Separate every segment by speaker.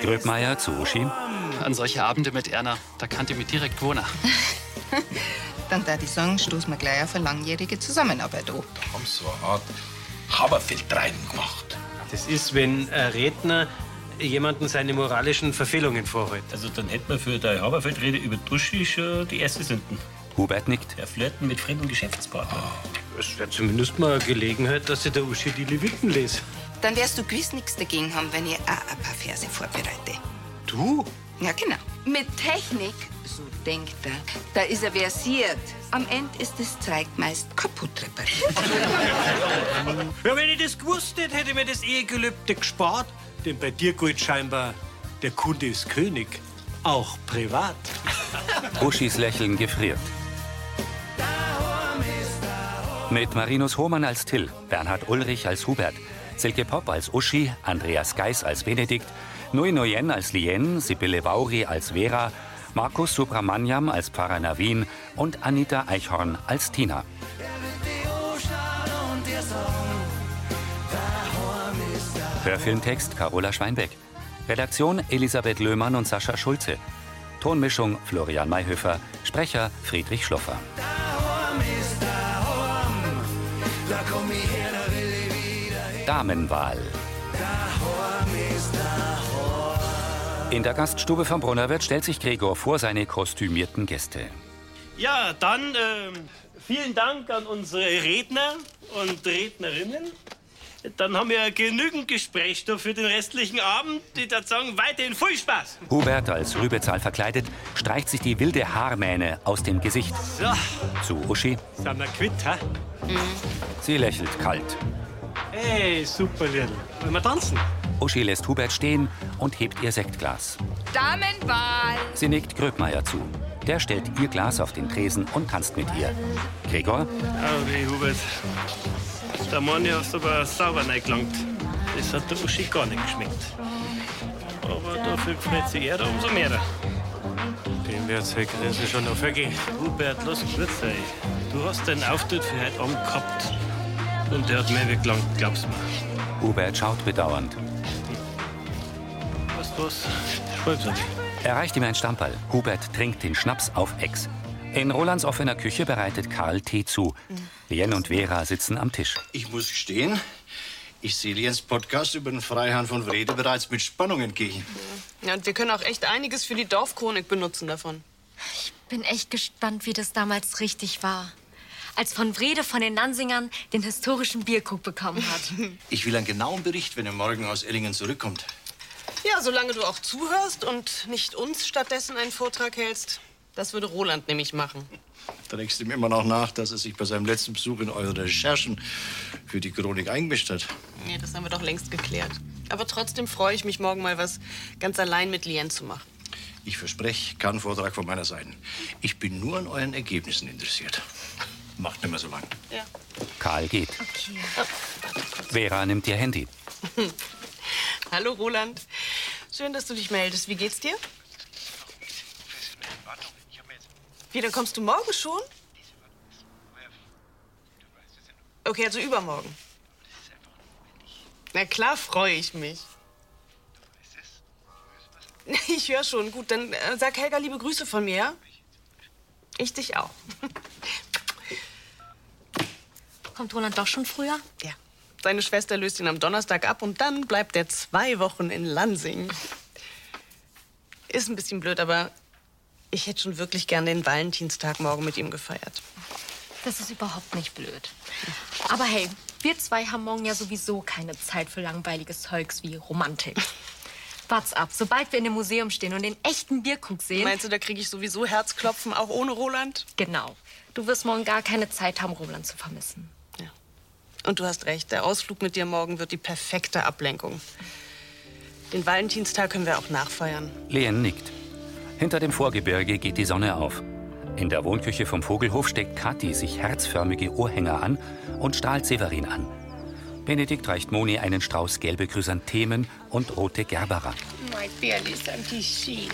Speaker 1: Gröbmeier zu Uschi.
Speaker 2: An solche Abende mit Erna, da kannte ich mich direkt gewohnt.
Speaker 3: Dann da ich sagen, stoßen wir gleich auf eine langjährige Zusammenarbeit an.
Speaker 4: Da haben sie so eine Art Haberfeldtreiben gemacht.
Speaker 5: Das ist, wenn ein Redner jemanden seine moralischen Verfehlungen vorhält.
Speaker 6: Also dann hätten wir für die Haberfeldrede über Duschi schon die erste Sünden.
Speaker 1: Hubert nickt.
Speaker 6: Er flirten mit fremden Geschäftspartnern.
Speaker 5: Ah, Es wäre zumindest mal eine Gelegenheit, dass ich der Uschi die Leviten lese.
Speaker 3: Dann wirst du gewiss nichts dagegen haben, wenn ich auch ein paar Verse vorbereite.
Speaker 5: Du?
Speaker 3: Ja, genau. Mit Technik, so denkt er, da ist er versiert. Am Ende ist das Zeug meist kaputt repariert.
Speaker 5: Ja, wenn ich das gewusst hätte, hätte ich mir das Ehegelübde gespart. Denn bei dir gilt scheinbar, der Kunde ist König. Auch privat.
Speaker 1: Uschis Lächeln gefriert. Mit Marinus Hohmann als Till, Bernhard Ulrich als Hubert, Silke Popp als Uschi, Andreas Geis als Benedikt, Nui Noyen als Lien, Sibylle Bauri als Vera, Markus Subramaniam als Pfarrer Navin und Anita Eichhorn als Tina. Hörfilmtext Carola Schweinbeck. Redaktion Elisabeth Löhmann und Sascha Schulze. Tonmischung Florian Mayhöfer. Sprecher Friedrich Schloffer. Damenwahl. In der Gaststube vom Brunnerwirt stellt sich Gregor vor seine kostümierten Gäste.
Speaker 6: Ja, dann ähm, vielen Dank an unsere Redner und Rednerinnen. Dann haben wir genügend Gesprächsstoff für den restlichen Abend. Ich würde sagen, weiterhin viel Spaß.
Speaker 1: Hubert als Rübezahl verkleidet streicht sich die wilde Haarmähne aus dem Gesicht.
Speaker 5: So,
Speaker 1: Zu Uschi.
Speaker 5: sind wir quitt, ha?
Speaker 1: Sie lächelt kalt.
Speaker 5: Hey, super, Lidl. Wollen wir tanzen?
Speaker 1: Uschi lässt Hubert stehen und hebt ihr Sektglas.
Speaker 7: Damenwahl.
Speaker 1: Sie nickt Gröbmeier zu. Der stellt ihr Glas auf den Tresen und tanzt mit ihr. Gregor,
Speaker 6: Aber hey, Hubert, der Mann hast aber sauber reingelangt. Das hat der Uschi gar nicht geschmeckt. Aber dafür gefällt sie eher umso mehr.
Speaker 5: Dem wird's weg, das ist schon noch vergehen.
Speaker 6: Hubert, lass kurz sein. Du hast deinen Auftritt für heute Abend gehabt. Und der hat mehr weggelangt, glaubst du mir.
Speaker 1: Hubert schaut bedauernd.
Speaker 6: Weißt du was? Schreib's an.
Speaker 1: Er reicht ihm ein Stamperl. Hubert trinkt den Schnaps auf Ex. In Rolands offener Küche bereitet Karl Tee zu. Lien und Vera sitzen am Tisch.
Speaker 8: Ich muss gestehen, ich sehe Liens Podcast über den Freiherrn von Wrede bereits mit Spannung entgegen.
Speaker 9: Ja, und wir können auch echt einiges für die Dorfchronik benutzen davon.
Speaker 7: Bin echt gespannt, wie das damals richtig war. Als von Wrede von den Nansingern den historischen Bierkrug bekommen hat.
Speaker 8: Ich will einen genauen Bericht, wenn er morgen aus Ellingen zurückkommt.
Speaker 9: Ja, solange du auch zuhörst und nicht uns stattdessen einen Vortrag hältst. Das würde Roland nämlich machen.
Speaker 8: Trägst ihm immer noch nach, dass er sich bei seinem letzten Besuch in eure Recherchen für die Chronik eingemischt hat.
Speaker 9: Nee, das haben wir doch längst geklärt. Aber trotzdem freue ich mich, morgen mal was ganz allein mit Lien zu machen.
Speaker 8: Ich verspreche, kein Vortrag von meiner Seite. Ich bin nur an euren Ergebnissen interessiert. Macht nicht mehr so lang.
Speaker 9: Ja.
Speaker 1: Karl geht. Vera nimmt ihr Handy.
Speaker 9: Hallo, Roland. Schön, dass du dich meldest. Wie geht's dir? Wie, dann kommst du morgen schon? Okay, also übermorgen. Na klar, freue ich mich. Ich höre schon. Gut, dann äh, sag Helga liebe Grüße von mir, ja? Ich dich auch.
Speaker 7: Kommt Roland doch schon früher?
Speaker 9: Ja. Seine Schwester löst ihn am Donnerstag ab und dann bleibt er zwei Wochen in Lansing. Ist ein bisschen blöd, aber ich hätte schon wirklich gern den Valentinstag morgen mit ihm gefeiert.
Speaker 7: Das ist überhaupt nicht blöd. Aber hey, wir zwei haben morgen ja sowieso keine Zeit für langweiliges Zeugs wie Romantik. Wart's ab, sobald wir in dem Museum stehen und den echten Bierkrug sehen.
Speaker 9: Meinst du, da kriege ich sowieso Herzklopfen, auch ohne Roland?
Speaker 7: genau. Du wirst morgen gar keine Zeit haben, Roland zu vermissen.
Speaker 9: Ja. Und du hast recht, der Ausflug mit dir morgen wird die perfekte Ablenkung. Den Valentinstag können wir auch nachfeiern.
Speaker 1: Lien nickt. Hinter dem Vorgebirge geht die Sonne auf. In der Wohnküche vom Vogelhof steckt Kathi sich herzförmige Ohrhänger an und strahlt Severin an. Benedikt reicht Moni einen Strauß gelbe Chrysanthemen und rote Gerbera.
Speaker 10: Mein Bärli sind die schön.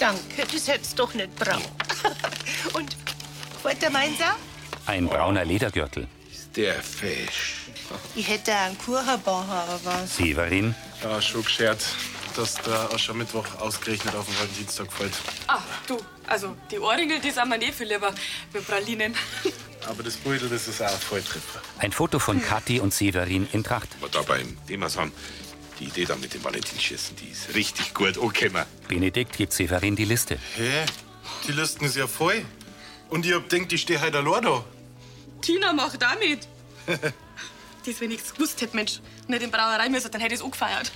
Speaker 10: Danke, das hätt's doch nicht braucht. Und wollt ihr meins auch?
Speaker 1: Ein brauner Ledergürtel.
Speaker 4: Der Fisch.
Speaker 10: Ich hätte einen Kuchenbacher, aber was?
Speaker 1: Severin
Speaker 4: Ja, schon geschert.
Speaker 11: dass der Aschermittwoch ausgerechnet auf den Valentinstag fällt.
Speaker 12: Ah, du, also die Ohrringel, die sind mir nicht viel lieber mit Pralinen.
Speaker 11: Aber das Brödel, das ist auch ein Volltreffer.
Speaker 1: Ein Foto von Kathi und Severin in Tracht.
Speaker 13: Was da beim Themas haben, die Idee da mit dem Valentinschießen, die ist richtig gut angekommen.
Speaker 1: Benedikt gibt Severin die Liste.
Speaker 11: Hä? Die Listen ist ja voll. Und ich hab denkt, ich stehe heute allein da.
Speaker 12: Tina, mach damit! Das, wenn ich es gewusst hätte, Mensch, nicht in die Brauerei müssen, dann hätte ich es angefeiert.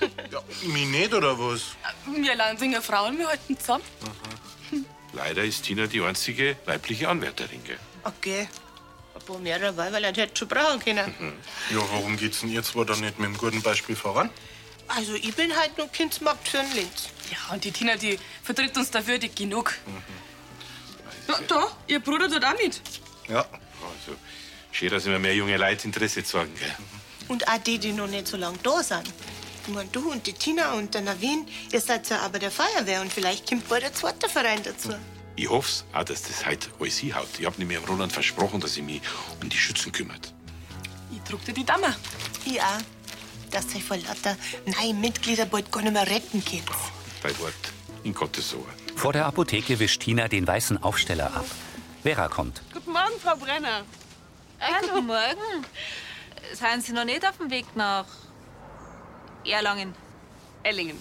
Speaker 11: Mich nicht, oder was?
Speaker 12: Wir Lansinger Frauen, wir halten zusammen.
Speaker 13: Leider ist Tina die einzige weibliche Anwärterin. gell?
Speaker 10: Okay. Obwohl mehrere Weiberlein hätte schon brauchen können.
Speaker 11: Ja, warum geht's denn jetzt zwar dann nicht mit dem guten Beispiel voran?
Speaker 10: Also, ich bin halt nur Kindsmarkt für den Linz. Mhm.
Speaker 12: Ja, und die Tina, die vertritt uns da würdig genug. Na, da, ihr Bruder tut auch mit.
Speaker 11: Ja.
Speaker 13: Also, schön, dass immer mehr junge Leute Interesse zeigen. Gell?
Speaker 10: Und auch die, die noch nicht so lange da sind. Ich mein, du und die Tina und der Navin, ihr seid ja aber der Feuerwehr und vielleicht kommt bald ein zweiter Verein dazu.
Speaker 13: Ich hoff's auch, dass das heute alles hinhaut. Ich hab nämlich dem Roland versprochen, dass ich mich um die Schützen kümmert.
Speaker 10: Ich druckte die Damme. Ja, dass euch vor lauter nein Mitglieder bald gar nicht mehr retten könnt.
Speaker 13: Dein Wort in Gottes Ohr.
Speaker 1: Vor der Apotheke wischt Tina den weißen Aufsteller ab. Vera kommt.
Speaker 9: Guten Morgen, Frau Brenner.
Speaker 14: Hallo, Äh, morgen. Seien Sie noch nicht auf dem Weg nach Erlangen?
Speaker 9: Ellingen.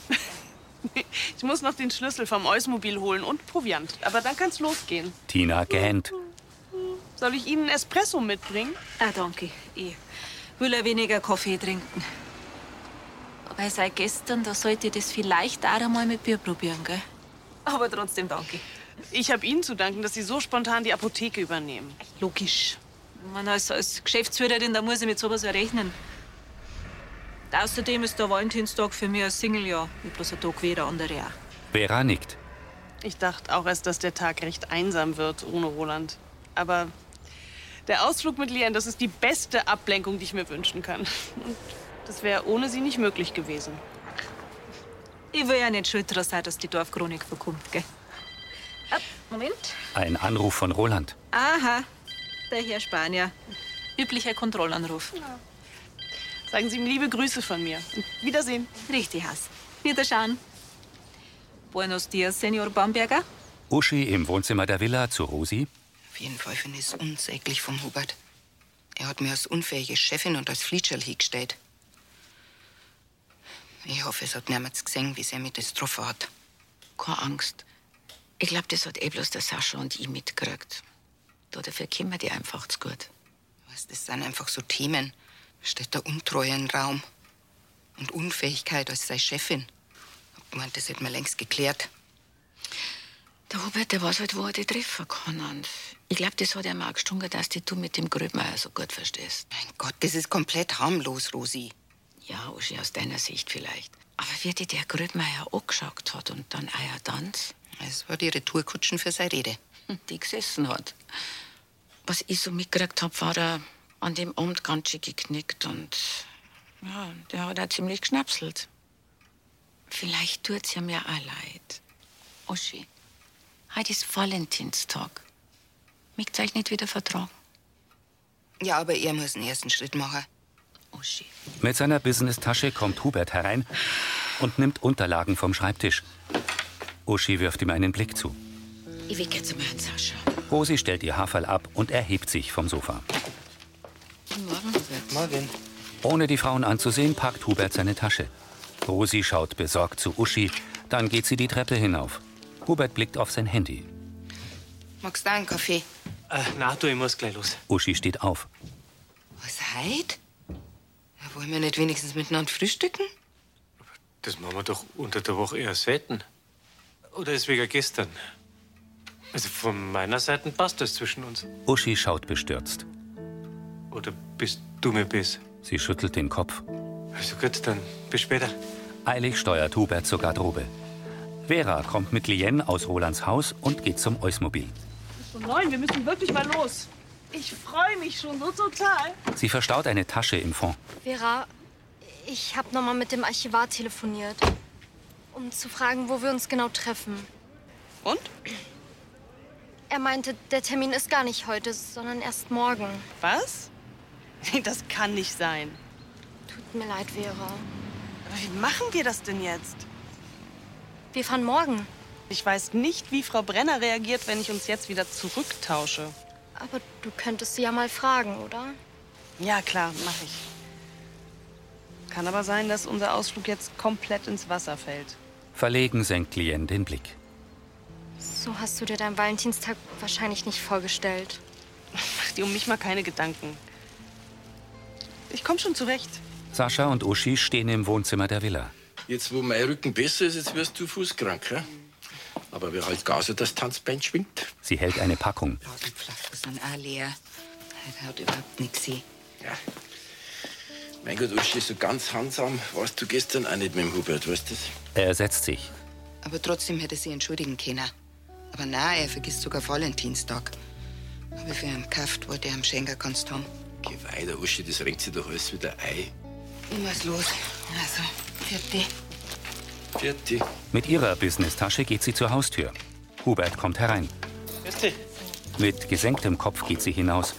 Speaker 9: Ich muss noch den Schlüssel vom Eusmobil holen und Proviant. Aber dann kann's losgehen.
Speaker 1: Tina gähnt.
Speaker 9: Soll ich Ihnen Espresso mitbringen?
Speaker 14: Ah, danke. Ich will ja weniger Kaffee trinken. Aber seit gestern, da sollte ich das vielleicht auch einmal mit Bier probieren, gell?
Speaker 9: Aber trotzdem danke. Ich habe Ihnen zu danken, dass Sie so spontan die Apotheke übernehmen.
Speaker 14: Logisch. Man als, als Geschäftsführerin, da muss ich mit sowas ja rechnen. Und Außerdem ist der Valentinstag für mich ein Singlejahr, nicht bloß ein Tag wie jeder andere auch.
Speaker 1: Vera nickt.
Speaker 9: Ich dachte auch erst, dass der Tag recht einsam wird ohne Roland. Aber der Ausflug mit Lian, das ist die beste Ablenkung, die ich mir wünschen kann. Und das wäre ohne sie nicht möglich gewesen.
Speaker 14: Ich will ja nicht schuld dran sein, dass die Dorfchronik verkommt, gell? Ah, Moment.
Speaker 1: Ein Anruf von Roland.
Speaker 14: Aha, der Herr Spanier. Üblicher Kontrollanruf.
Speaker 9: Sagen Sie ihm liebe Grüße von mir. Wiedersehen.
Speaker 14: Richtig, Hass. Wiederschauen. Buenos dias, Senor Bamberger.
Speaker 1: Uschi im Wohnzimmer der Villa zu Rosi.
Speaker 3: Auf jeden Fall finde ich es unsäglich vom Hubert. Er hat mir als unfähige Chefin und als Fliegerl hingestellt. Ich hoffe, es hat niemand gesehen, wie sehr mich das getroffen hat.
Speaker 5: Keine Angst. Ich glaube, das hat eh bloß der Sascha und ich mitgekriegt. Da dafür kennen wir die einfach zu gut.
Speaker 3: Weißt, Das sind einfach so Themen. Da Steht da Untreue im Raum. Und Unfähigkeit als sei Chefin. Ich meine, das hätten wir längst geklärt.
Speaker 5: Der Hubert, der weiß halt, wo er die treffen kann. Und ich glaube, das hat er mir auch gestunken, dass die du mit dem Gröbmeier so gut verstehst.
Speaker 3: Mein Gott, das ist komplett harmlos, Rosi.
Speaker 5: Ja, Uschi, aus deiner Sicht vielleicht. Aber wie die der Gröbmeier angeschaut hat und dann euer Tanz? Hm,
Speaker 3: Es war die Retourkutschen für seine Rede.
Speaker 5: Die gesessen hat. Was ich so mitgekriegt habe, war er an dem Abend ganz schön geknickt und ja, der hat auch ziemlich geschnapselt. Vielleicht tut's ja mir auch leid. Uschi, heute ist Valentinstag. Mich euch nicht wieder vertragen.
Speaker 3: Ja, aber er muss den ersten Schritt machen.
Speaker 5: Uschi.
Speaker 1: Mit seiner Business-Tasche kommt Hubert herein und nimmt Unterlagen vom Schreibtisch. Uschi wirft ihm einen Blick zu.
Speaker 5: Ich weg jetzt einmal an Sascha.
Speaker 1: Rosi stellt ihr Haferl ab und erhebt sich vom Sofa.
Speaker 5: Guten Morgen, Hubert. Morgen.
Speaker 1: Ohne die Frauen anzusehen, packt Hubert seine Tasche. Rosi schaut besorgt zu Uschi, dann geht sie die Treppe hinauf. Hubert blickt auf sein Handy.
Speaker 3: Magst du auch einen Kaffee?
Speaker 6: Äh, na, du, ich muss gleich los.
Speaker 1: Uschi steht auf.
Speaker 3: Was heut? Ja, wollen wir nicht wenigstens miteinander frühstücken?
Speaker 6: Das machen wir doch unter der Woche eher selten. Oder ist wegen gestern? Also von meiner Seite passt das zwischen uns.
Speaker 1: Uschi schaut bestürzt.
Speaker 6: Oder bist du mir bis?
Speaker 1: Sie schüttelt den Kopf.
Speaker 6: Also gut, dann bis später.
Speaker 1: Eilig steuert Hubert zur Garderobe. Vera kommt mit Lien aus Rolands Haus und geht zum Eusmobil.
Speaker 9: Schon neun, wir müssen wirklich mal los. Ich freue mich schon so total.
Speaker 1: Sie verstaut eine Tasche im Fond.
Speaker 7: Vera, ich habe nochmal mit dem Archivar telefoniert, um zu fragen, wo wir uns genau treffen.
Speaker 9: Und?
Speaker 7: Er meinte, der Termin ist gar nicht heute, sondern erst morgen.
Speaker 9: Was? Nee, das kann nicht sein.
Speaker 7: Tut mir leid, Vera.
Speaker 9: Aber wie machen wir das denn jetzt?
Speaker 7: Wir fahren morgen.
Speaker 9: Ich weiß nicht, wie Frau Brenner reagiert, wenn ich uns jetzt wieder zurücktausche.
Speaker 7: Aber du könntest sie ja mal fragen, oder?
Speaker 9: Ja, klar, mache ich. Kann aber sein, dass unser Ausflug jetzt komplett ins Wasser fällt.
Speaker 1: Verlegen senkt Lien den Blick.
Speaker 7: So hast du dir deinen Valentinstag wahrscheinlich nicht vorgestellt.
Speaker 9: Mach dir um mich mal keine Gedanken. Ich komme schon zurecht.
Speaker 1: Sascha und Uschi stehen im Wohnzimmer der Villa.
Speaker 8: Jetzt, wo mein Rücken besser ist, jetzt wirst du fußkrank. He? Aber wir halt gar so das Tanzbein schwingt.
Speaker 1: Sie hält eine Packung.
Speaker 3: Das sind auch leer. Heute hat überhaupt nichts sie.
Speaker 8: Ja. Mein Gott, Uschi, so ganz handsam warst du gestern auch nicht mit dem Hubert, weißt du?
Speaker 1: Er setzt sich.
Speaker 3: Aber trotzdem hätte sie entschuldigen können. Aber na, er vergisst sogar Valentinstag. Aber für einen Kaft wollte er am Schenker kannst haben.
Speaker 8: Ei, der Uschi, das renkt sich doch alles wieder ein.
Speaker 3: Ich muss los. Also, vierte.
Speaker 8: Vierte.
Speaker 1: Mit ihrer Business-Tasche geht sie zur Haustür. Hubert kommt herein.
Speaker 2: Grüß dich.
Speaker 1: Mit gesenktem Kopf geht sie hinaus.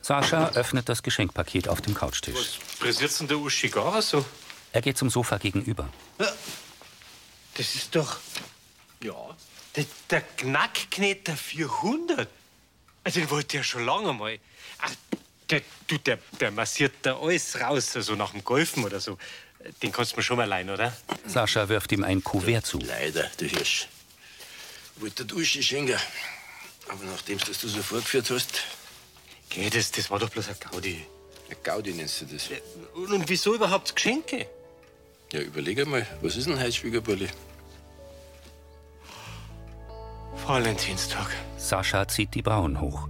Speaker 1: Sascha öffnet das Geschenkpaket auf dem Couchtisch.
Speaker 2: Frisiert's denn der Uschi gar so?
Speaker 1: Er geht zum Sofa gegenüber.
Speaker 6: Das ist doch.
Speaker 8: Ja.
Speaker 6: Der, der Knackkneter 400. Also, den wollte ja schon lange mal. Ach, der, du, der, der massiert da alles raus, so nach dem Golfen oder so. Den kannst du mir schon mal leihen, oder?
Speaker 1: Sascha wirft ihm ein Kuvert zu.
Speaker 8: Leider, du Hirsch. Wollte der Uschi schenken. Aber nachdem du das du so vorgeführt hast.
Speaker 6: Geh, das, das war doch bloß ein Gaudi.
Speaker 8: Ein Gaudi nennst du das.
Speaker 6: Und, und wieso überhaupt Geschenke?
Speaker 8: Ja, überleg einmal, was ist denn heute Schwiegerbulle?
Speaker 6: Valentinstag.
Speaker 1: Sascha zieht die Brauen hoch.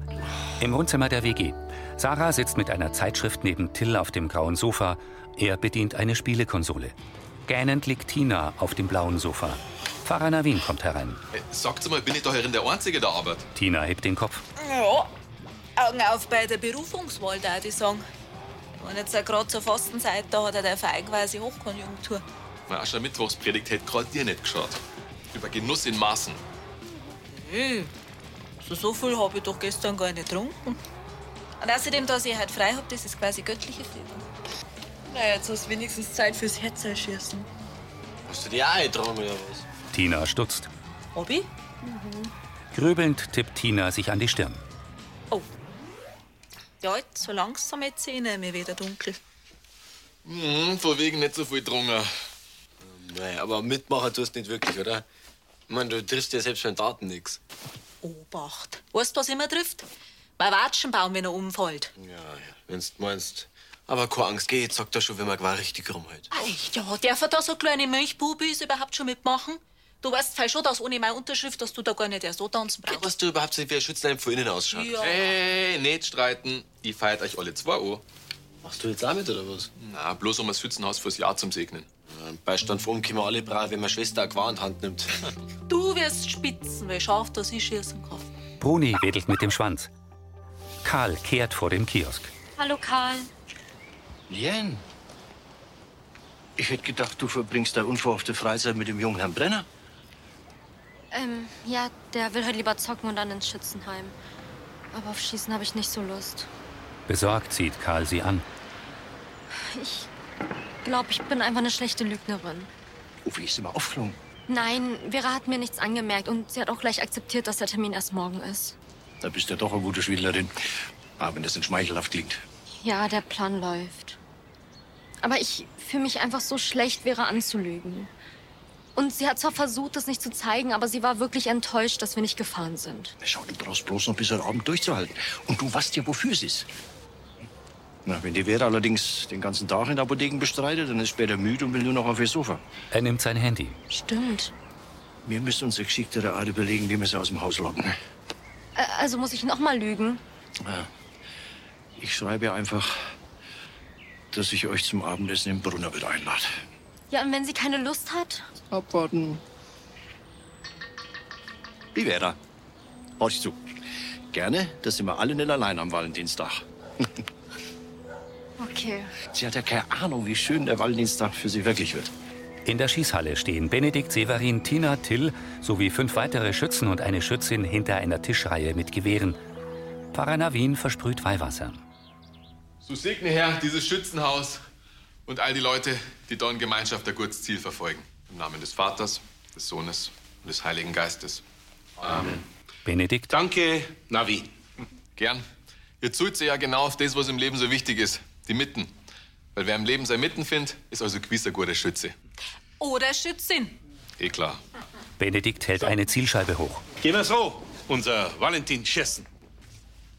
Speaker 1: Im Wohnzimmer der WG. Sarah sitzt mit einer Zeitschrift neben Till auf dem grauen Sofa. Er bedient eine Spielekonsole. Gähnend liegt Tina auf dem blauen Sofa. Farah Navin kommt herein.
Speaker 15: Sagt Äh, mal, bin ich doch herin der Einzige, der arbeitet?
Speaker 1: Tina hebt den Kopf.
Speaker 14: Ja, Augen auf bei der Berufungswahl, da ich sagen. Und jetzt gerade zur Fastenzeit, da hat ja der Verein quasi Hochkonjunktur.
Speaker 15: Meine Aschermittwochspredigt hätte gerade dir nicht geschaut. Über Genuss in Maßen.
Speaker 14: Nö, so, so viel habe ich doch gestern gar nicht getrunken. Und außerdem, dass ich halt frei habe, das ist quasi göttliche Frieden. Naja, jetzt hast du wenigstens Zeit fürs Herz erschießen.
Speaker 16: Hast du die auch eingetragen oder was?
Speaker 1: Tina stutzt.
Speaker 14: Hobby?
Speaker 9: Mhm.
Speaker 1: Grübelnd tippt Tina sich an die Stirn.
Speaker 14: Oh. Ja, jetzt, so langsam jetzt eh sehen mir wieder dunkel.
Speaker 16: Mhm, von wegen nicht so viel drungen. Naja, aber mitmachen tust du nicht wirklich, oder? Ich meine, du triffst ja selbst beim Daten nichts.
Speaker 14: Obacht. Weißt du, was immer trifft? Mein Watschenbaum, wenn er umfällt.
Speaker 16: Ja, ja, wenn's du meinst. Aber keine Angst, geh, jetzt sagt er schon, wenn man gar richtig rumhält.
Speaker 14: Echt, Ah, ja, darf er da so kleine Milchbubis überhaupt schon mitmachen? Du weißt fein schon, dass ohne meine Unterschrift, dass du da gar nicht erst so tanzen brauchst.
Speaker 16: Weißt du überhaupt nicht, wie ein Schützlein von innen ausschaut?
Speaker 14: Ja.
Speaker 15: Hey, nicht streiten. Ich feiert euch alle zwei Uhr.
Speaker 16: Machst du jetzt auch mit, oder was?
Speaker 15: Na, bloß um das Schützenhaus fürs Jahr zum Segnen.
Speaker 16: Ein Beistand von oben können wir alle brauchen, wenn meine Schwester ein Quar in die Hand nimmt.
Speaker 14: Du wirst spitzen, weil scharf das ich schießen kann.
Speaker 1: Bruni wedelt mit dem Schwanz. Karl kehrt vor dem Kiosk.
Speaker 7: Hallo Karl.
Speaker 8: Lien, ich hätte gedacht, du verbringst deine unverhoffte Freizeit mit dem jungen Herrn Brenner.
Speaker 7: Ähm, ja, der will heute lieber zocken und dann ins Schützenheim. Aber auf Schießen habe ich nicht so Lust.
Speaker 1: Besorgt zieht Karl sie an.
Speaker 7: Ich glaube, ich bin einfach eine schlechte Lügnerin.
Speaker 8: Uwe ist immer aufgeflogen.
Speaker 7: Nein, Vera hat mir nichts angemerkt und sie hat auch gleich akzeptiert, dass der Termin erst morgen ist.
Speaker 8: Da bist du ja doch eine gute Schwindlerin. Aber wenn das nicht schmeichelhaft klingt.
Speaker 7: Ja, der Plan läuft. Aber ich fühle mich einfach so schlecht, Vera anzulügen. Und sie hat zwar versucht, das nicht zu zeigen, aber sie war wirklich enttäuscht, dass wir nicht gefahren sind.
Speaker 8: Na schau, du brauchst bloß noch bis heute Abend durchzuhalten. Und du weißt ja, wofür es ist. Na, wenn die Vera allerdings den ganzen Tag in der Apotheken bestreitet, dann ist später müde und will nur noch auf ihr Sofa.
Speaker 1: Er nimmt sein Handy.
Speaker 7: Stimmt.
Speaker 8: Wir müssen uns eine geschicktere Art überlegen, wie wir sie aus dem Haus locken.
Speaker 7: Ä- Also muss ich noch mal lügen.
Speaker 1: Ah.
Speaker 8: Ja. Ich schreibe einfach, dass ich euch zum Abendessen im Brunner wieder einlade.
Speaker 7: Ja, und wenn sie keine Lust hat?
Speaker 8: Abwarten. Wie Vera, horchst du? Gerne, da sind wir alle nicht allein am Valentinstag.
Speaker 7: Okay.
Speaker 8: Sie hat ja keine Ahnung, wie schön der Valentinstag für sie wirklich wird.
Speaker 1: In der Schießhalle stehen Benedikt, Severin, Tina, Till sowie fünf weitere Schützen und eine Schützin hinter einer Tischreihe mit Gewehren. Paranavin versprüht Weihwasser.
Speaker 15: So segne Herr dieses Schützenhaus und all die Leute, die dort in Gemeinschaft ein gutes Ziel verfolgen. Im Namen des Vaters
Speaker 13: des Sohnes und des Heiligen Geistes. Amen.
Speaker 1: Benedikt.
Speaker 13: Danke, Navi. Gern. Ihr zult ja genau auf das, was im Leben so wichtig ist: die Mitten. Weil wer im Leben sein Mitten findet, ist also gewiss ein guter Schütze.
Speaker 14: Oder Schützin.
Speaker 13: Eh klar.
Speaker 1: Benedikt hält eine Zielscheibe hoch.
Speaker 4: Gehen wir so, unser Valentin schießen.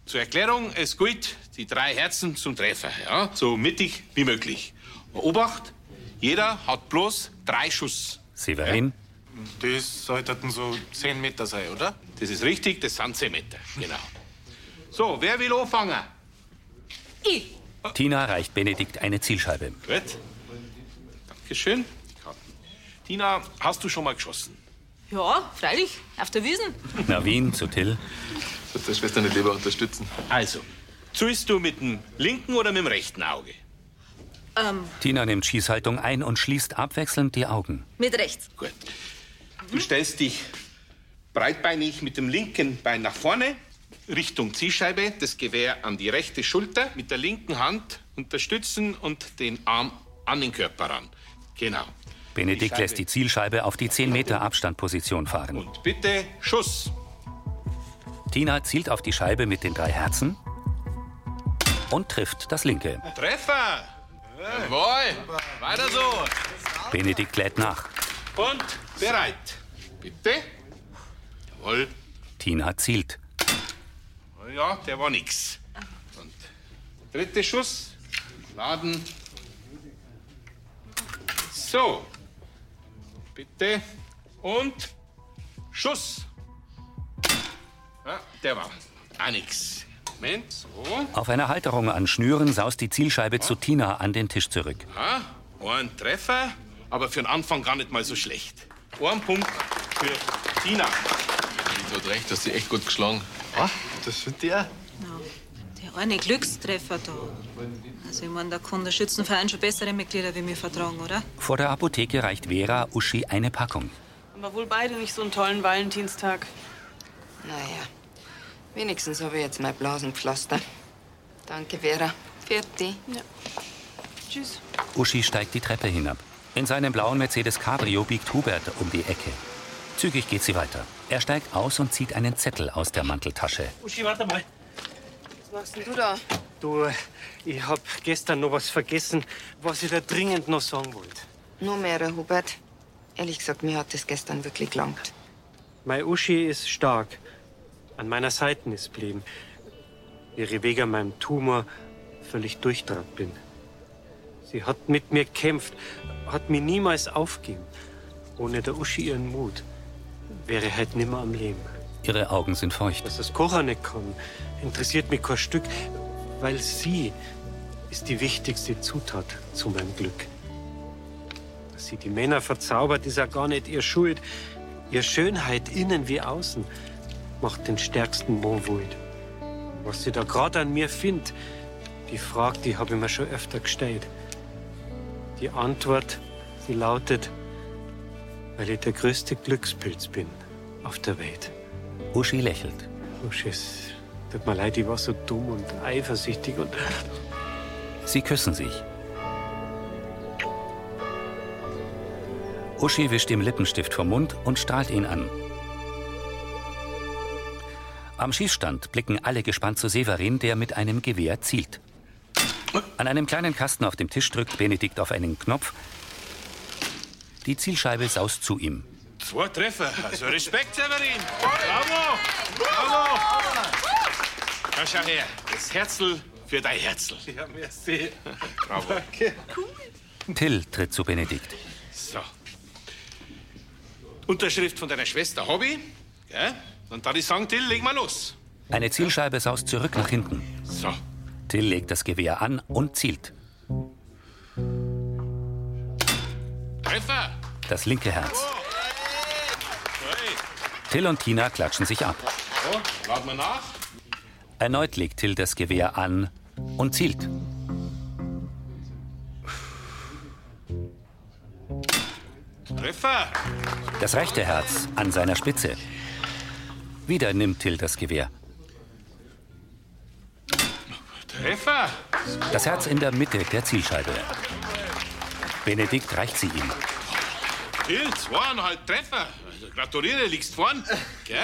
Speaker 4: Zur Erklärung, es gilt die drei Herzen zum Treffer, ja? so mittig wie möglich. Obacht, jeder hat bloß drei Schuss.
Speaker 1: Severin.
Speaker 11: Das sollten so 10 Meter sein, oder?
Speaker 4: Das ist richtig, das sind 10 Meter, genau. So, wer will anfangen?
Speaker 14: Ich.
Speaker 1: Tina reicht Benedikt eine Zielscheibe.
Speaker 4: Gut. Dankeschön. Die Karten. Tina, hast du schon mal geschossen?
Speaker 14: Ja, freilich. Auf der Wiesen.
Speaker 1: Navin zu Till.
Speaker 13: Das der Schwester nicht lieber unterstützen.
Speaker 4: Also, zuerst du mit dem linken oder mit dem rechten Auge?
Speaker 14: Ähm,
Speaker 1: Tina nimmt Schießhaltung ein und schließt abwechselnd die Augen.
Speaker 14: mit rechts.
Speaker 4: Gut. Mhm. Du stellst dich breitbeinig mit dem linken Bein nach vorne, Richtung Zielscheibe, das Gewehr an die rechte Schulter, mit der linken Hand unterstützen und den Arm an den Körper ran. Genau.
Speaker 1: Benedikt lässt die Zielscheibe auf die 10 Meter Abstandposition fahren.
Speaker 4: Bitte, Schuss.
Speaker 1: Tina zielt auf die Scheibe mit den drei Herzen und trifft das linke.
Speaker 4: Treffer! Jawohl! Weiter so!
Speaker 1: Benedikt lädt nach.
Speaker 4: Und bereit. Bitte? Jawohl.
Speaker 1: Tina zielt.
Speaker 4: Na Ja, der war nix. Und dritter Schuss. Laden. So. Bitte. Und Schuss. Ja, der war auch nix. Moment, so.
Speaker 1: Auf einer Halterung an Schnüren saust die Zielscheibe zu Tina an den Tisch zurück.
Speaker 4: Ja, ein Treffer, aber für den Anfang gar nicht mal so schlecht. Ein Punkt für Tina.
Speaker 13: Du hast recht, du hast dich echt gut geschlagen. Ah, das finde ich auch.
Speaker 14: Der eine Glückstreffer da. Also, ich meine, da kann der Schützenverein schon bessere Mitglieder wie mir vertragen, oder?
Speaker 1: Vor der Apotheke reicht Vera Uschi eine Packung.
Speaker 9: Aber wohl beide nicht so einen tollen Valentinstag.
Speaker 3: Naja, wenigstens habe ich jetzt mein Blasenpflaster. Danke, Vera. Vierte.
Speaker 9: Ja. Tschüss.
Speaker 1: Uschi steigt die Treppe hinab. In seinem blauen Mercedes Cabrio biegt Hubert um die Ecke. Zügig geht sie weiter. Er steigt aus und zieht einen Zettel aus der Manteltasche.
Speaker 6: Uschi, warte mal.
Speaker 3: Was machst denn du da?
Speaker 6: Du, ich hab gestern noch was vergessen, was ich da dringend noch sagen wollte.
Speaker 3: Nur mehrere, Hubert. Ehrlich gesagt, mir hat das gestern wirklich gelangt.
Speaker 6: Meine Uschi ist stark. An meiner Seite ist blieben. Ihre wegen meinem Tumor völlig durchtrannt bin. Sie hat mit mir gekämpft, hat mir niemals aufgegeben. Ohne der Uschi ihren Mut wäre halt nimmer am Leben.
Speaker 1: Ihre Augen sind feucht.
Speaker 6: Dass das Kocher nicht kann, interessiert mich kein Stück, weil sie ist die wichtigste Zutat zu meinem Glück. Dass sie die Männer verzaubert, ist ja gar nicht ihr Schuld. Ihr Schönheit, innen wie außen, macht den stärksten Wohlwold. Was sie da gerade an mir findet, die Frage, die habe ich mir schon öfter gestellt. Die Antwort, die lautet, weil ich der größte Glückspilz bin auf der Welt.
Speaker 1: Uschi lächelt.
Speaker 6: Uschi, es tut mir leid, ich war so dumm und eifersüchtig und...
Speaker 1: Sie küssen sich. Uschi wischt ihm Lippenstift vom Mund und strahlt ihn an. Am Schießstand blicken alle gespannt zu Severin, der mit einem Gewehr zielt. An einem kleinen Kasten auf dem Tisch drückt Benedikt auf einen Knopf. Die Zielscheibe saust zu ihm.
Speaker 4: Zwei Treffer. Also Respekt, Severin. Bravo. Bravo. Na, schau her. Das Herzl für dein Herzl. Ja, merci. Bravo.
Speaker 1: Till tritt zu Benedikt.
Speaker 4: So. Unterschrift von deiner Schwester Hobby. Gell? Und dann ich sagen, Till, leg mal los.
Speaker 1: Eine Zielscheibe saust zurück nach hinten.
Speaker 4: So.
Speaker 1: Till legt das Gewehr an und zielt.
Speaker 4: Treffer.
Speaker 1: Das linke Herz. Till und Tina klatschen sich ab.
Speaker 4: So, laden wir nach.
Speaker 1: Erneut legt Till das Gewehr an und zielt.
Speaker 4: Treffer.
Speaker 1: Das rechte Herz an seiner Spitze. Wieder nimmt Till das Gewehr.
Speaker 4: Treffer.
Speaker 1: Das Herz in der Mitte der Zielscheibe. Benedikt reicht sie ihm.
Speaker 4: Phil, zweieinhalb Treffer. Also gratuliere, liegst vorn. Gell?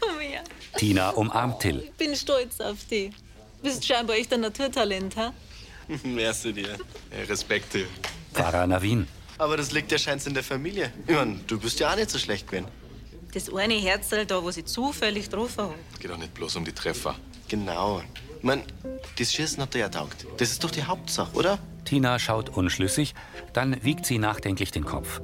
Speaker 14: Komm her.
Speaker 1: Tina umarmt Till.
Speaker 14: Ich bin stolz auf dich. Bist scheinbar echt ein Naturtalent, ha?
Speaker 16: Merci dir.
Speaker 13: Respekte.
Speaker 1: Pfarrer Navin.
Speaker 16: Aber das liegt ja scheinbar in der Familie. Ich mein, du bist ja auch nicht so schlecht gewesen.
Speaker 14: Das eine Herzl da, wo sie zufällig getroffen hat.
Speaker 16: Geht auch nicht bloß um die Treffer. Genau. Ich mein, das Schießen hat dir ja taugt. Das ist doch die Hauptsache, oder?
Speaker 1: Tina schaut unschlüssig, dann wiegt sie nachdenklich den Kopf.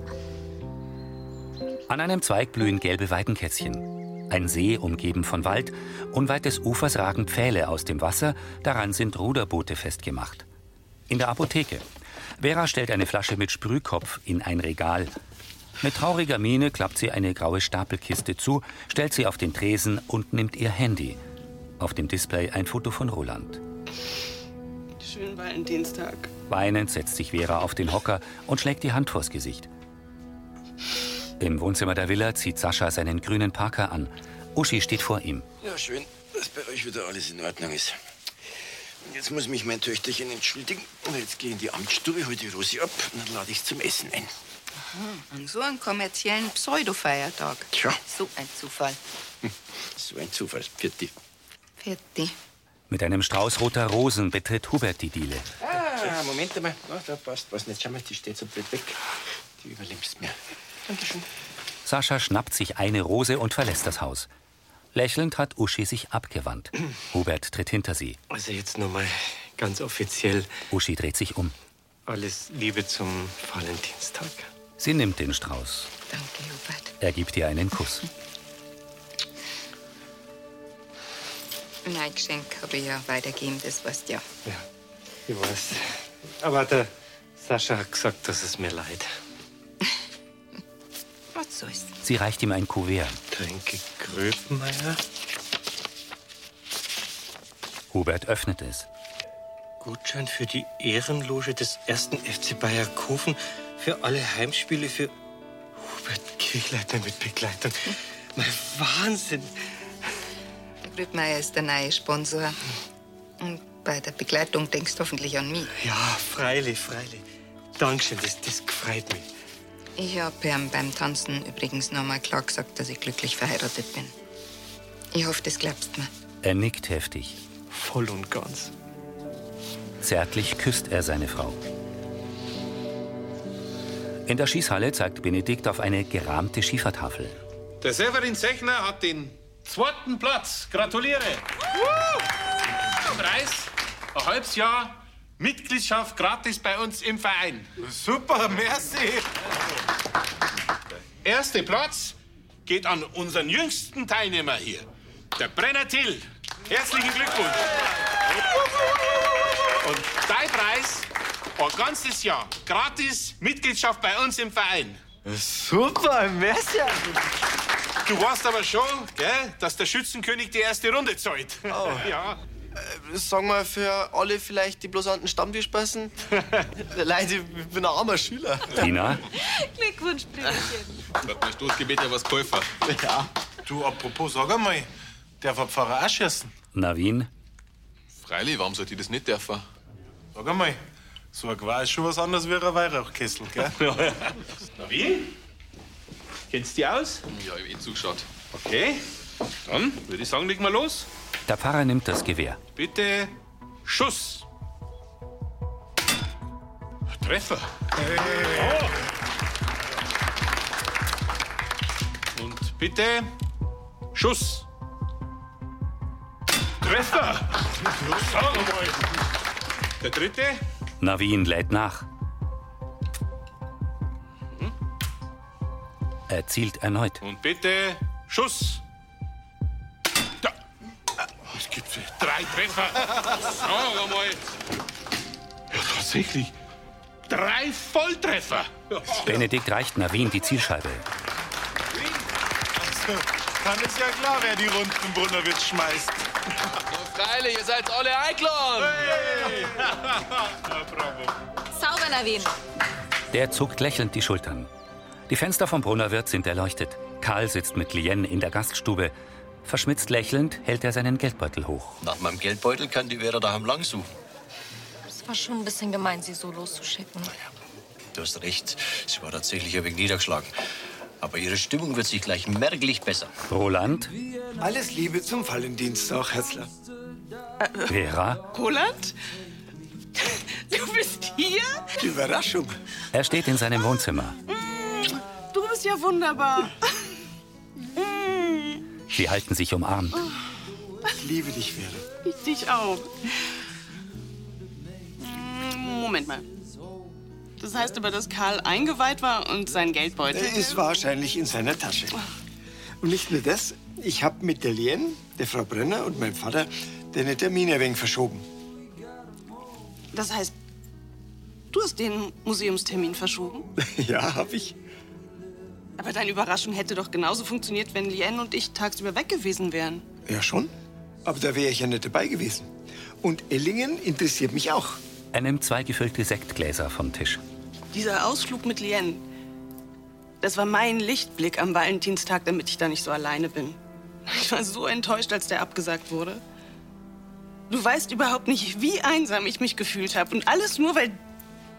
Speaker 1: An einem Zweig blühen gelbe Weidenkätzchen. Ein See umgeben von Wald, unweit des Ufers ragen Pfähle aus dem Wasser, daran sind Ruderboote festgemacht. In der Apotheke. Vera stellt eine Flasche mit Sprühkopf in ein Regal. Mit trauriger Miene klappt sie eine graue Stapelkiste zu, stellt sie auf den Tresen und nimmt ihr Handy. Auf dem Display ein Foto von Roland.
Speaker 9: Schönen Valentinstag.
Speaker 1: Weinend setzt sich Vera auf den Hocker und schlägt die Hand vors Gesicht. Im Wohnzimmer der Villa zieht Sascha seinen grünen Parker an. Uschi steht vor ihm.
Speaker 17: Ja, schön, dass bei euch wieder alles in Ordnung ist. Und jetzt muss mich mein Töchterchen entschuldigen. Und jetzt gehe ich in die Amtsstube, hol die Rosi ab und dann lade ich zum Essen ein.
Speaker 3: Aha, an so einen kommerziellen Pseudo-Feiertag.
Speaker 17: Tja.
Speaker 3: So ein Zufall.
Speaker 17: So ein Zufall. Vierte.
Speaker 3: Fertig.
Speaker 1: Mit einem Strauß roter Rosen betritt Hubert die Diele.
Speaker 17: Ah, Moment einmal. Na, da passt was nicht. Schau mal, die steht so blöd weg. Die übernimmst mir. Dankeschön.
Speaker 1: Sascha schnappt sich eine Rose und verlässt das Haus. Lächelnd hat Uschi sich abgewandt. Hubert tritt hinter sie.
Speaker 6: Also jetzt nochmal ganz offiziell.
Speaker 1: Uschi dreht sich um.
Speaker 6: Alles Liebe zum Valentinstag.
Speaker 1: Sie nimmt den Strauß.
Speaker 3: Danke, Hubert.
Speaker 1: Er gibt ihr einen Kuss.
Speaker 3: Nein, Geschenk habe ich ja weitergeben, das weißt ja.
Speaker 6: Ich weiß. Aber der Sascha hat gesagt, dass es mir leid.
Speaker 3: Was soll's?
Speaker 1: Sie reicht ihm ein Kuvert.
Speaker 6: Danke, Gröpenmeier.
Speaker 1: Hubert öffnet es.
Speaker 6: Gutschein für die Ehrenloge des ersten FC Bayerkofen für alle Heimspiele für Hubert Kirchleitner mit Begleitung. Mein Wahnsinn!
Speaker 3: Der Grübmeier ist der neue Sponsor. Und bei der Begleitung denkst du hoffentlich an mich.
Speaker 6: Ja, freilich, freilich. Dankeschön, das, das gefreut mich.
Speaker 3: Ich habe ihm beim Tanzen übrigens nochmal klar gesagt, dass ich glücklich verheiratet bin. Ich hoffe, das glaubst mir.
Speaker 1: Er nickt heftig.
Speaker 6: Voll und ganz.
Speaker 1: Zärtlich küsst er seine Frau. In der Schießhalle zeigt Benedikt auf eine gerahmte Schiefertafel.
Speaker 4: Der Severin Sechner hat den zweiten Platz. Gratuliere. Preis, ein halbes Jahr Mitgliedschaft gratis bei uns im Verein. Super, merci. Der erste Platz geht an unseren jüngsten Teilnehmer hier, der Brenner Till. Herzlichen Glückwunsch. Und dein Preis, ein ganzes Jahr gratis Mitgliedschaft bei uns im Verein.
Speaker 6: Super, merci.
Speaker 4: Du weißt aber schon, gell, dass der Schützenkönig die erste Runde zahlt.
Speaker 16: Oh.
Speaker 4: Ja.
Speaker 16: Äh, Sagen wir für alle vielleicht, die bloß an den Stammtisch passen. Leider, ich bin ein armer Schüler.
Speaker 1: Tina?
Speaker 14: Glückwunsch, Brüderchen.
Speaker 4: Hat mein Stoßgebet ja was geholfen.
Speaker 11: Ja. Du, apropos, sag einmal, darf ein Pfarrer auch schießen?
Speaker 1: Navin?
Speaker 13: Freilich, warum sollte ich das nicht dürfen?
Speaker 11: Sag einmal, so ein Geweih ist schon was anderes wie ein Weihrauchkessel, gell?
Speaker 4: Na wie? Kennst du die aus?
Speaker 13: Ja, ich hab eh zugeschaut.
Speaker 4: Okay, dann würde ich sagen, leg mal los.
Speaker 1: Der Pfarrer nimmt das Gewehr.
Speaker 4: Bitte Schuss. Ein Treffer. Oh. Und bitte Schuss. Treffer. Sag mal. Der dritte.
Speaker 1: Navin lädt nach. Er zielt erneut.
Speaker 4: Und bitte Schuss. Da. Es gibt drei Treffer. Sag mal. Ja, tatsächlich. Drei Volltreffer.
Speaker 1: Benedikt reicht Navin die Zielscheibe.
Speaker 11: Dann ist ja klar, wer die runden Brunnerwitz schmeißt.
Speaker 13: Freilich, ihr seid alle eingeladen.
Speaker 14: Sauber, Navin.
Speaker 1: Der zuckt lächelnd die Schultern. Die Fenster vom Brunnerwirt sind erleuchtet. Karl sitzt mit Lien in der Gaststube. Verschmitzt lächelnd hält er seinen Geldbeutel hoch.
Speaker 17: Nach meinem Geldbeutel kann die Vera daheim lang suchen.
Speaker 7: Es war schon ein bisschen gemein, sie so loszuschicken.
Speaker 8: Du hast recht, sie war tatsächlich ein wenig niedergeschlagen. Aber ihre Stimmung wird sich gleich merklich bessern.
Speaker 1: Roland,
Speaker 18: Alles Liebe zum Valentinstag, Herzler.
Speaker 1: Vera,
Speaker 19: Roland? Du bist hier?
Speaker 18: Überraschung.
Speaker 1: er steht in seinem Wohnzimmer.
Speaker 9: Du bist ja wunderbar.
Speaker 1: Sie halten sich umarmt.
Speaker 18: Ich liebe dich, Vera.
Speaker 9: Ich dich auch. Moment mal. Das heißt aber, dass Karl eingeweiht war und sein Geldbeutel.
Speaker 18: Er ist wahrscheinlich in seiner Tasche. Und nicht nur das, ich habe mit der Lien, der Frau Brenner und meinem Vater den Termin ein wenig verschoben.
Speaker 9: Das heißt, du hast den Museumstermin verschoben.
Speaker 18: Ja, habe ich.
Speaker 9: Aber deine Überraschung hätte doch genauso funktioniert, wenn Lien und ich tagsüber weg gewesen wären.
Speaker 18: Ja, schon. Aber da wäre ich ja nicht dabei gewesen. Und Ellingen interessiert mich auch.
Speaker 1: Er nimmt zwei gefüllte Sektgläser vom Tisch.
Speaker 9: Dieser Ausflug mit Lien, das war mein Lichtblick am Valentinstag, damit ich da nicht so alleine bin. Ich war so enttäuscht, als der abgesagt wurde. Du weißt überhaupt nicht, wie einsam ich mich gefühlt habe. Und alles nur, weil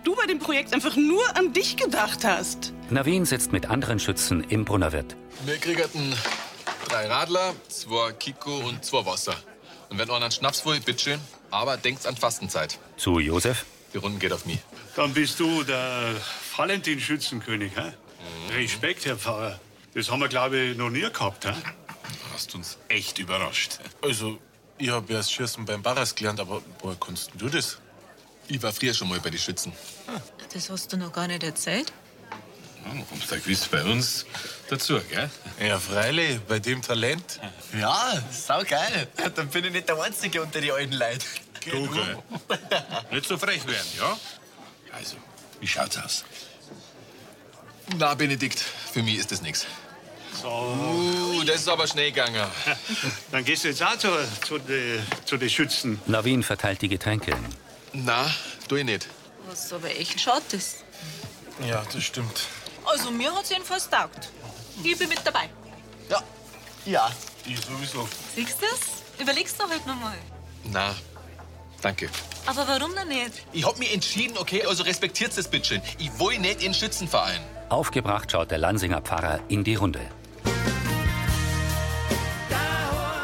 Speaker 9: du bei dem Projekt einfach nur an dich gedacht hast.
Speaker 1: Navin sitzt mit anderen Schützen im Brunnerwirt.
Speaker 13: Wir kriegerten drei Radler, zwei Kiko und zwei Wasser. Und wenn euch einen Schnaps wollt, bitteschön. Aber denkt an Fastenzeit.
Speaker 1: Zu Josef.
Speaker 13: Die Runden geht auf mich.
Speaker 20: Dann bist du der Valentin-Schützenkönig, hä? Respekt, Herr Pfarrer. Das haben wir, glaube ich, noch nie gehabt, hä?
Speaker 15: Hast uns echt überrascht. Also, ich habe erst Schießen beim Barras gelernt, aber woher konntest du das?
Speaker 13: Ich war früher schon mal bei den Schützen.
Speaker 14: Das hast du noch gar nicht erzählt.
Speaker 15: Ah, Kommst du gewiss bei uns dazu, gell? Ja, freilich, bei dem Talent.
Speaker 16: Ja, saugeil. Dann bin ich nicht der Einzige unter die alten Leuten.
Speaker 15: Du, gell? Nicht so frech werden, ja? Also, wie schaut's aus?
Speaker 13: Na, Benedikt, für mich ist das nichts. Uh, das ist aber schnell gegangen.
Speaker 20: Dann gehst du jetzt auch zu, zu, de, zu den Schützen.
Speaker 1: Navin verteilt die Getränke.
Speaker 13: Hm. Na, tu ich nicht.
Speaker 14: Was aber echt schade ist.
Speaker 15: Ja, das stimmt.
Speaker 14: Also mir hat's jedenfalls taugt. Ich bin mit dabei.
Speaker 15: Ja. Ich sowieso.
Speaker 14: Siehst du das? Überlegst du halt nochmal.
Speaker 13: Na, danke.
Speaker 14: Aber warum denn nicht?
Speaker 13: Ich hab mich entschieden, okay? Also respektiert das bitteschön. Ich will nicht in den Schützenverein.
Speaker 1: Aufgebracht schaut der Lansinger Pfarrer in die Runde.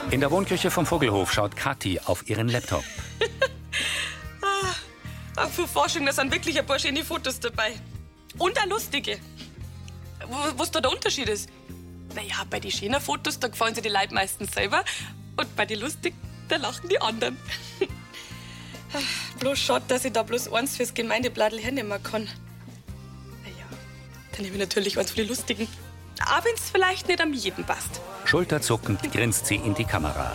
Speaker 1: In der Wohnküche vom Vogelhof schaut Kathi auf ihren Laptop.
Speaker 12: Ach, Äh, für Forschung, da sind wirklich ein paar schöne Fotos dabei. Und auch lustige. Wo- Was da der Unterschied ist? Naja, bei den schönen Fotos, da gefallen sich die Leute meistens selber. Und bei den lustigen, da lachen die anderen. Ach, bloß schade, dass ich da bloß eins fürs Gemeindebladel hernehmen kann. Naja, dann nehme ich natürlich eins für die lustigen. Auch wenn es vielleicht nicht am jeden passt.
Speaker 1: Schulterzuckend grinst sie in die Kamera.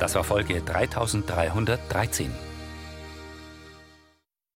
Speaker 1: Das war Folge 3313.